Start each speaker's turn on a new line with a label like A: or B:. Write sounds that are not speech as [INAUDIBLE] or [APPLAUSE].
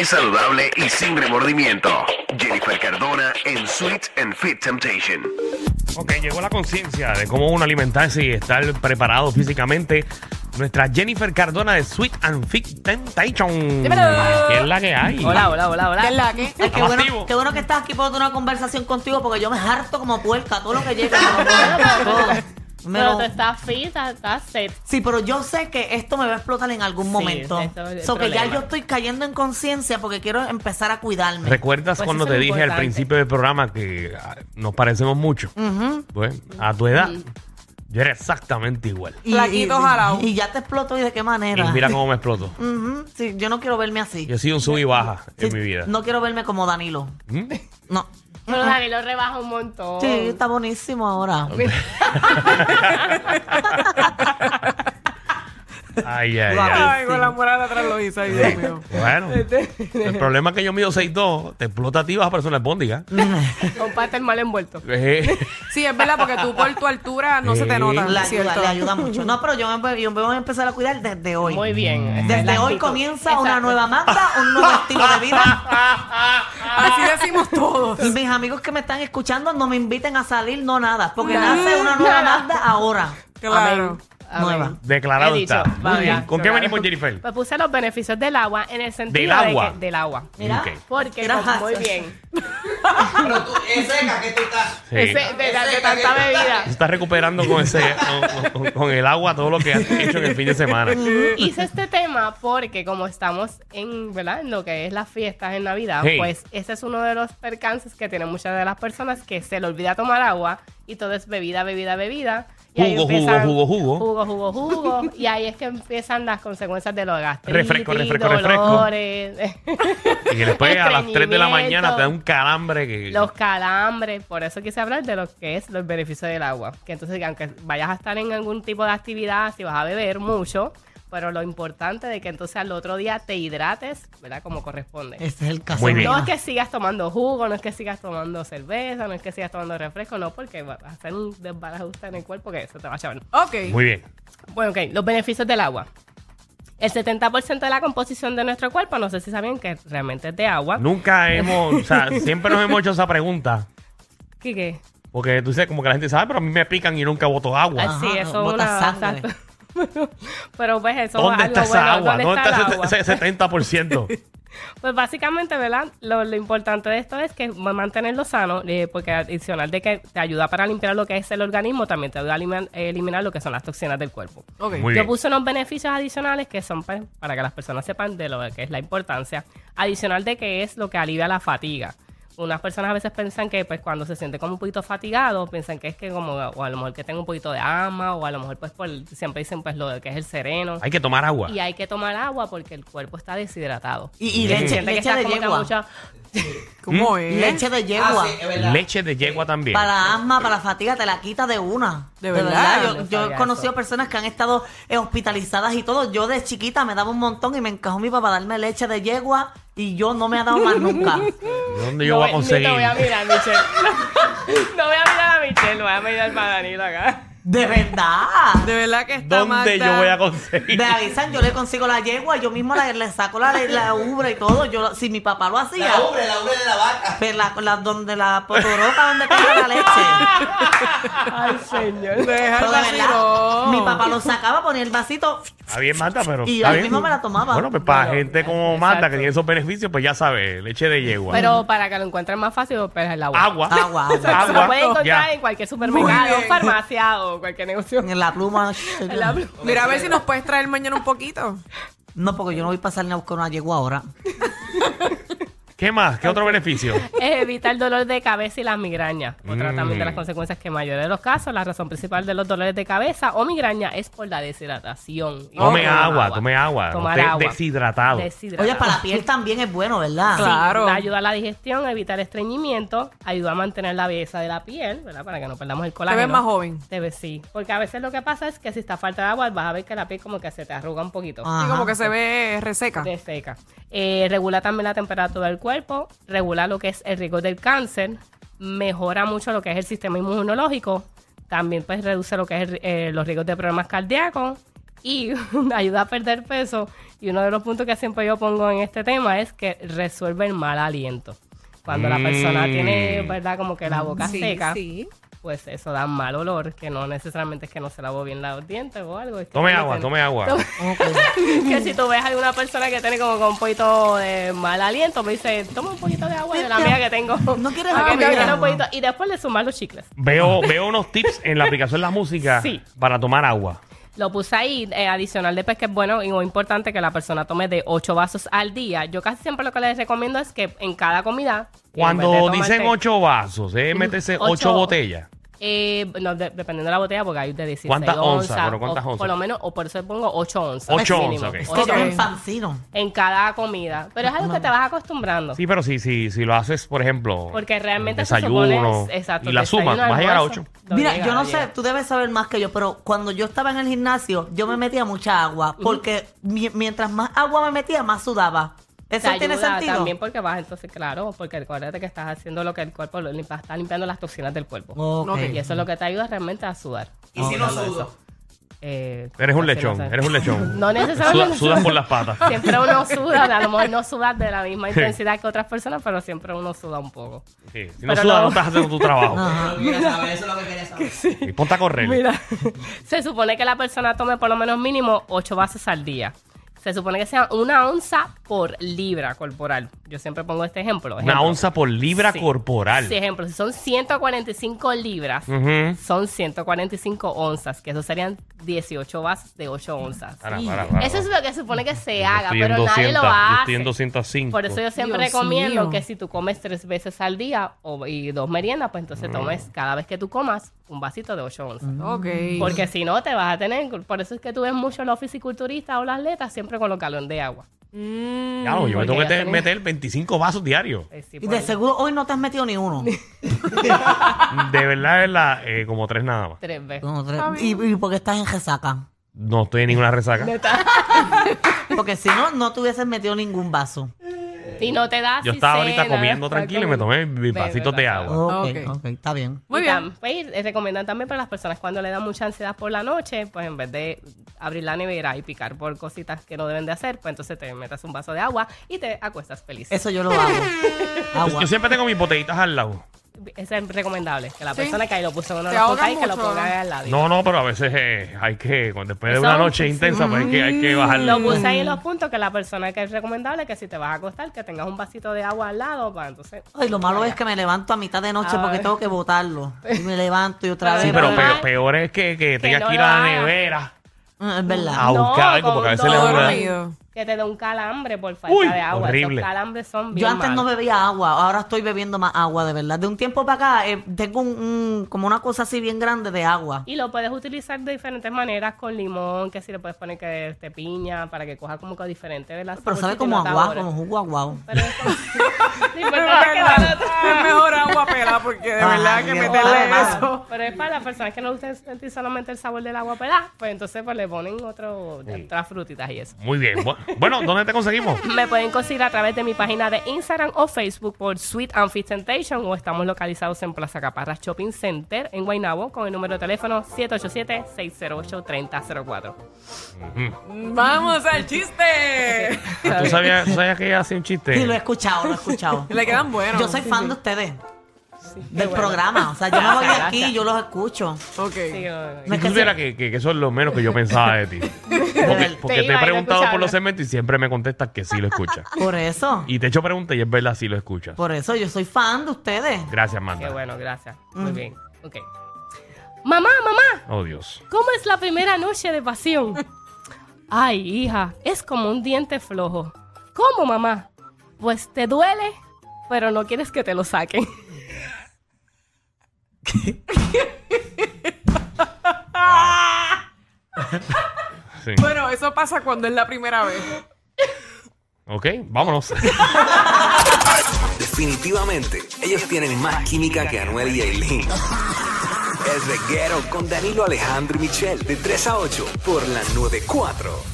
A: y saludable y sin remordimiento. Jennifer Cardona en Sweet and Fit Temptation.
B: Ok, llegó la conciencia de cómo uno alimentarse y estar preparado físicamente. Nuestra Jennifer Cardona de Sweet and Fit Temptation.
C: Dímelo.
B: ¿Qué es la que hay?
C: Hola, hola, hola, hola.
D: ¿Qué es la que?
C: [LAUGHS]
E: Ay, qué,
B: Estamos
E: bueno,
B: activos.
E: qué bueno que estás aquí para tener una conversación contigo porque yo me harto como puerca todo lo que
C: [LAUGHS]
E: llega. no, no, no, no, no. Me
C: Pero
E: lo-
C: tú estás fit, estás- estás set.
E: Sí, pero yo sé que esto me va a explotar en algún
C: Sí,
E: momento.
C: eso es el
E: so que ya
C: problema.
E: yo estoy cayendo en conciencia porque quiero empezar a cuidarme.
B: ¿Recuerdas
C: Pues
B: cuando
C: eso
B: te
C: es
B: dije al
C: importante.
B: principio del programa que ah, nos parecemos mucho? Pues a tu edad, yo era exactamente igual.
E: Y-
D: Flaquito
E: y-
D: jalao.
E: Y ya te exploto y de qué
B: Y
E: manera.
B: mira cómo me exploto.
E: Ujú, sí, yo no quiero verme así.
B: Yo he sido un sub y baja en
E: Sí,
B: mi vida.
E: No quiero verme como Danilo.
B: ¿Mm?
E: No.
C: Pero Danilo rebaja un montón.
E: Sí, está
C: [LAUGHS]
E: buenísimo ahora.
B: Ay, ay, ay.
D: Ay, con la moral atrás lo hizo, ay, Dios mío.
B: Bueno, el problema es que yo mido 6'2, te explota a ti y vas a parecer una albóndiga.
C: Comparte el mal envuelto.
B: Eh,
D: Sí, es verdad, porque tú por tu altura no se
B: Sí.
D: te nota,
E: Le ayuda,
D: es ¿cierto?
E: le ayuda mucho. No, pero yo me, yo me voy a empezar a cuidar desde hoy.
C: Muy bien.
E: Desde
C: Exacto.
E: hoy comienza una
C: Exacto.
B: [LAUGHS]
E: nueva manda, un nuevo estilo de vida.
D: Así decimos
E: [LAUGHS]
D: todos.
E: Y Mis amigos que me están escuchando no me inviten a salir, no nada, porque nace una nueva
C: Nada.
E: manda ahora.
D: Claro.
C: A
E: Nueva.
C: ver.
B: Declarado
C: He dicho,
B: está.
C: vaya,
B: Muy bien. ¿Con qué
C: claro.
B: venimos, Jennifer?
C: Pues puse los beneficios del agua en el sentido
B: ¿Del
C: de
B: agua?
C: que- del agua.
E: Mira,
B: Ok.
C: Porque,
E: Mira,
C: pues, muy
E: Hazel.
C: bien.
F: Pero tú, es seca que tú estás.
B: Sí.
C: Ese- de, la- de tanta bebida.
B: Se está recuperando con, ese, con, con- con el agua todo lo que has hecho en el fin de semana.
C: Hice este tema porque como estamos en, ¿verdad? en lo que es las fiestas en Navidad,
B: Sí.
C: pues ese es uno de los percances que tienen muchas de las personas que se le olvida tomar agua y todo es bebida, bebida, bebida. Y ahí
B: Jugo, jugo,
C: empiezan-
B: jugo, jugo.
C: Jugo, jugo, jugo. y ahí es que empiezan las consecuencias de los gastritis,
B: Refresco, refresco, refresco.
C: dolores,
B: Y que después a las 3 de la mañana te da un calambre. Que,
C: los calambres. Por eso quise hablar de lo que es los beneficios del agua. Que entonces, que aunque vayas a estar en algún tipo de actividad, si vas a beber mucho, pero lo importante de que entonces al otro día te hidrates, ¿verdad? Como corresponde.
E: Ese Este es el caso.
B: Muy bien.
C: No es que sigas tomando jugo, no es que sigas tomando cerveza, no es que sigas tomando refresco, no, porque vas a hacer un desbarajuste en el cuerpo que eso te va a llevar.
D: Ok.
B: Muy bien.
C: Bueno, ok, los beneficios del agua. El 70% de la composición de nuestro cuerpo, no sé si saben que realmente es de agua.
B: Nunca hemos, o sea, siempre nos hemos hecho esa pregunta.
C: ¿Qué qué?
B: Porque tú dices, como que la gente sabe, pero a mí me pican y nunca boto agua.
E: Ajá,
C: Así, eso es
E: bota
C: una...
E: sangre.
C: exacto. [LAUGHS] Pero- Pero pues eso es
B: ¿Dónde
C: algo
B: está esa
C: bueno.
B: agua?
C: ¿Dónde está, el
B: ese-
C: agua?
B: ese 70%?
C: Pues básicamente, ¿verdad? Lo, lo importante de esto es que ma- mantenerlo sano, eh, porque adicional de que te ayuda para limpiar lo que es el organismo, también te ayuda a eliminar, eh, eliminar lo que son las toxinas del cuerpo.
D: Ok.
B: Muy
C: Yo
B: bien.
C: puse unos beneficios adicionales que son pa- para que las personas sepan de lo que es la importancia. Adicional de que es lo que alivia la fatiga. Unas personas a veces piensan que pues cuando se siente como un poquito fatigado, piensan que es que como, o a lo mejor que tengo un poquito de ama, o a lo mejor pues por, siempre dicen pues lo de que es el sereno.
B: Hay que tomar agua.
C: Y hay que tomar agua porque el cuerpo está deshidratado.
E: Y, y
B: Bien.
E: leche,
C: Siente que
E: leche
C: está
E: de
C: como que
E: yegua.
C: mucha-
B: ¿Mm?
D: ¿Cómo es?
E: Leche de
F: Ah,
E: yegua.
F: sí, es verdad.
B: Leche de yegua también.
E: Para asma, para fatiga, te la quita de una.
D: De verdad.
E: Yo,
C: No
E: yo he
C: sabía
E: conocido
C: eso.
E: personas que han estado eh, hospitalizadas y todo. Yo de chiquita me daba un montón y me encajó mi papá a darme leche de yegua y yo no me ha dado más
C: [LAUGHS]
E: nunca.
B: ¿De ¿Dónde yo
C: No
B: voy a
C: ve- ni
B: conseguir?
C: te voy a mirar, Michelle. [LAUGHS] No, no voy a mirar a Michelle, voy a mirar para Danilo acá.
E: De verdad.
D: De verdad que está mal.
B: ¿Dónde yo voy a conseguir?
E: Me avisan, yo le consigo la yegua, yo mismo la- le saco la, la ubre y todo. Yo, si mi papá lo hacía,
F: La ubre, la ubre de la vaca.
E: pero la, la- donde la potoroca, donde tenía
C: [LAUGHS]
E: la leche.
C: Ay, señor.
D: Deja el
E: Pero de verdad,
D: vacilón.
E: mi papá lo sacaba, ponía el vasito.
B: Está bien, Marta, pero.
E: Y
B: está
E: yo
B: bien.
E: mismo me la tomaba.
B: Bueno, pues para
C: Bueno,
B: gente como
C: exacto.
B: Marta que tiene esos beneficios, pues ya sabe, leche de yegua.
C: Pero para que lo encuentren más fácil, pues el agua.
B: agua.
E: Agua,
C: O sea, que se lo
E: agua.
C: pueden
B: Agua,
C: encontrar
B: Ah, ya.
C: en cualquier
D: Muy
C: supermercado,
D: bien.
C: farmacia o cualquier
B: [LAUGHS]
C: negocio.
E: En la pluma.
C: [LAUGHS] En la-
D: Mira, a ver si nos puedes traer mañana un poquito.
E: No, porque yo no voy a pasar ni a buscar una yegua ahora.
B: ¿Qué más? ¿Qué otro beneficio?
C: Es evitar el dolor de cabeza y las migrañas. Otra
B: Mm.
C: también de las consecuencias que en mayoría de los casos, la razón principal de los dolores de cabeza o migraña es por la deshidratación. Y
B: Tome
C: tomar
B: agua, tome agua. No
C: Tomar
B: esté
C: agua.
B: deshidratado.
C: Deshidratado.
E: Oye, para la piel también es bueno, ¿verdad?
D: Claro.
C: Da ayuda a la digestión, a evitar estreñimiento, ayuda a mantener la belleza de la piel, ¿verdad? Para que no perdamos el colágeno.
D: ves más joven.
C: Te ves, sí. Porque a veces lo que pasa es que si está falta de agua, vas a ver que la piel como que se te arruga un poquito.
E: Ajá.
D: Sí, como que se ve
B: Ah.
D: reseca.
C: De seca. Eh, regula también la temperatura del cuerpo, regula lo que es el riesgo del cáncer, mejora mucho lo que es el sistema inmunológico, también pues reduce lo que es el- eh, los riesgos de problemas cardíacos y [LAUGHS] ayuda a perder peso. Y uno de los puntos que siempre yo pongo en este tema es que resuelve el mal aliento. Cuando la persona
B: Mm.
C: tiene, ¿verdad? Como que la boca
G: Sí,
C: seca,
G: sí.
C: pues eso da mal olor, que no necesariamente es que no se lavó bien los dientes o algo. es que
B: Tome
C: tiene-
B: agua, tome agua.
C: [LAUGHS] que si tú ves a alguna persona que tiene como con un poquito de mal aliento, me dice, toma un poquito de agua de la mía que tengo.
E: ¿No quieres
C: Para que
E: agua?
C: me llene un poquito. Y después le sumas los chicles.
B: Veo, veo unos tips en la aplicación La Música
C: Sí.
B: para tomar agua.
C: Lo puse ahí, eh, adicional después que es bueno y muy importante que la persona tome de 8 vasos al día. Yo casi siempre lo que les recomiendo es que en cada comida... en vez de
B: Cuando
C: tomarte-
B: dicen ocho vasos, eh, métese ocho,
C: ocho-
B: botellas.
C: Eh, no, de- dependiendo de la botella, porque hay de 16
B: ¿Cuántas onzas?
C: onzas,
B: Bueno, ¿cuántas
C: o-
B: onzas?
C: Por lo menos, o por eso pongo 8 onzas.
B: Ocho
C: mínimo.
B: onzas, ok.
E: Es
C: Ocho
E: que yo
C: onzas
E: un pancino.
C: En cada comida. Pero es algo que te vas acostumbrando.
B: Sí, pero si, si, si lo haces, por ejemplo, eh,
C: Porque realmente
B: Pues, desayuno
C: se supone, exacto,
B: y la
C: desayuno,
B: sumas, vas a llegar a
C: almuerzo,
B: ocho.
C: no
E: Mira,
C: llega,
E: yo no
C: llega.
E: sé, tú debes saber más que yo, pero cuando yo estaba en el gimnasio, yo me metía mucha agua, porque mi- mientras más agua me metía, más sudaba. ¿Eso
C: Te
E: tiene
C: ayuda
E: sentido?
C: También porque vas, entonces, claro, porque acuérdate que estás haciendo lo que el cuerpo, lo- limpa- estás limpiando las toxinas del cuerpo.
E: Oh, Ok.
D: Ok.
C: Y eso es lo que te ayuda realmente a sudar.
F: Y si no sudo.
C: Eh,
B: Eres un
C: así no
B: lechón,
C: sé.
B: eres un lechón.
C: [LAUGHS] No necesariamente.
B: Suda- sudas por las patas.
C: [LAUGHS] Siempre uno suda, a lo mejor no sudas de la
B: [LAUGHS]
C: misma intensidad que otras personas, pero siempre uno suda un poco.
B: Sí, Si no
C: Pero
B: sudas,
C: no.
B: no estás haciendo tu
C: [LAUGHS]
B: trabajo.
F: Yo quería saber, eso es lo que quería saber.
B: Y ponte a correr.
C: Mira, [LAUGHS] se supone que la persona tome por lo menos mínimo 8 vasos al día. Se supone que sea una onza por libra corporal. Yo siempre pongo este ejemplo.
B: Una
C: ejemplo.
B: onza por libra
C: Sí.
B: corporal.
C: Sí, ejemplo, si son 145 libras,
B: Ujú.
C: son 145 onzas, que eso serían 18 vasos de 8 onzas.
B: Para, para, para.
C: Eso es lo que se supone que
B: Ah,
C: se
B: Yo
C: haga,
B: estoy en
C: pero nadie
B: 200,
C: lo
B: Yo
C: hace.
B: estoy en 205.
C: Por eso yo siempre
D: Dios
C: recomiendo
D: mío.
C: que si tú comes tres veces al día o, y dos meriendas, pues
B: Mm.
C: entonces tomes cada vez que tú comas un vasito de 8 onzas.
D: Ok.
C: Porque si no, te vas a tener. Por eso es que tú ves mucho los fisiculturistas o las atletas siempre con los galones de agua.
D: Mm.
B: Claro, yo me
C: Porque
B: tengo que
C: ya
B: te-
C: tenía-
B: meter 25 vasos diarios.
C: Eh, sí,
E: Y
C: por
E: de seguro hoy no te has metido
C: [LAUGHS]
E: ni uno.
B: De verdad, de verdad, eh, como tres nada más.
C: Tres veces.
E: Uno, tres. y, y porque estás en resaca.
B: No estoy en ninguna resaca.
E: Porque si no, no te hubieses metido ningún vaso.
C: Y no te das.
B: Yo estaba ahorita comiendo tranquilo y me tomé mis vasitos de agua.
E: Ok,
D: Ok.
E: ok, está bien.
D: Muy
C: Y
D: [LAUGHS] bien.
C: también, eh, recomiendan también para las personas cuando le dan mucha ansiedad por la noche, pues en vez de abrir la nevera y picar por cositas que no deben de hacer, pues entonces te metas un vaso de agua y te acuestas feliz.
E: Eso yo
C: [LAUGHS]
E: lo hago.
B: Yo,
E: Agua.
B: yo siempre tengo mis botellitas al lado.
C: Ese es recomendable, que la
D: Sí.
C: persona que ahí lo puso en
D: Te
C: una
D: ahogas
C: y que lo
D: mucho.
C: ponga al lado.
B: No, no, pero a veces eh, hay que, cuando- después de
C: Eso- Mm,
B: una noche intensa, pues hay que, hay que bajar.
C: Lo puse ahí en los puntos que la persona que es recomendable que si te vas a acostar, que tengas un vasito de agua al lado para entonces.
E: Ay, lo malo es que me levanto a mitad de noche
C: Ay.
E: porque tengo que botarlo. Y me levanto y otra
B: Sí,
E: vez.
B: pero
C: Pero-
B: peor, peor es que, que tengas
C: no
B: que ir
C: lo
B: a la
C: hagas.
B: nevera
E: Ah, Es verdad.
B: a
C: No,
B: buscar algo,
C: con
B: porque a veces
C: todo
B: le da
D: Todo
B: una...
D: dormido.
C: Que te dé un calambre por falta
B: Uy,
C: de agua.
B: horrible.
C: Esos calambres son bien.
E: Yo antes no
C: malos.
E: bebía agua, ahora estoy bebiendo más agua, de verdad. De un tiempo para acá eh, tengo un, un- como una cosa así bien grande de agua.
C: Y lo puedes utilizar de diferentes maneras con limón, que si le puedes poner que este, piña, para que coja como que diferente de las
E: Pero sabe como agua, como jugo agua.
C: Pero es como- Lo
D: Pero
C: importante
D: es
C: es que no
D: verdad,
C: lo-
D: Pues es mejor agua pelada porque de verdad
E: Ay,
D: que
E: Dios.
D: meterle
E: Además.
D: eso.
C: Pero es para las personas que no gustan sentir solamente el sabor del agua pelada, pues entonces pues le ponen otro, otras frutitas y eso.
B: Muy bien. bu- Bueno, ¿dónde te conseguimos?
C: Me pueden conseguir a través de mi página de Instagram o Facebook por Sweet and Fit Temptation o estamos localizados en Plaza Caparra Shopping Center en Guaynabo con el número de teléfono 787-608-3004.
D: Vamos al chiste.
B: Mm. ¿Tú sabías, tú sabías que ella hacía un chiste?
E: Y lo he escuchado, lo
C: [LAUGHS]
E: he escuchado.
D: Le quedan buenos.
E: Yo soy fan de ustedes, del
C: bueno.
E: programa. O sea, yo me voy
C: Gracias,
E: aquí, yo los escucho.
D: Ok.
C: Sí, bueno.
B: Si
E: No es
B: tú
E: que
B: supieras
E: sea-
B: que, que- que eso es lo menos que yo pensaba
C: [LAUGHS]
B: de ti. Porque,
E: verdad.
B: porque
C: Te
B: te
C: iba
B: he
C: a ir a
B: preguntado por los
C: escucharlo.
B: segmentos y siempre me contestas que sí lo escuchas.
E: Por eso,
B: Y te he hecho preguntas y es verdad, sí lo escuchas.
E: por eso yo soy fan de ustedes.
B: Gracias, Manda.
C: Pues, Qué bueno, gracias. Muy bien. Ok. Mamá, mamá,
B: Oh, Dios.
C: ¿cómo es la primera noche de pasión? Ay, hija, es como un diente flojo. ¿Cómo, mamá? Pues te duele, pero no quieres que te lo saquen.
B: Sí.
C: Pues,
D: Bueno, eso pasa cuando es la primera vez.
B: Ok, vámonos.
H: Definitivamente, ellos tienen más química que Anuel y Aileen. El reguero con Danilo Alejandro y Michel, de 3 a 8, por la 94. 4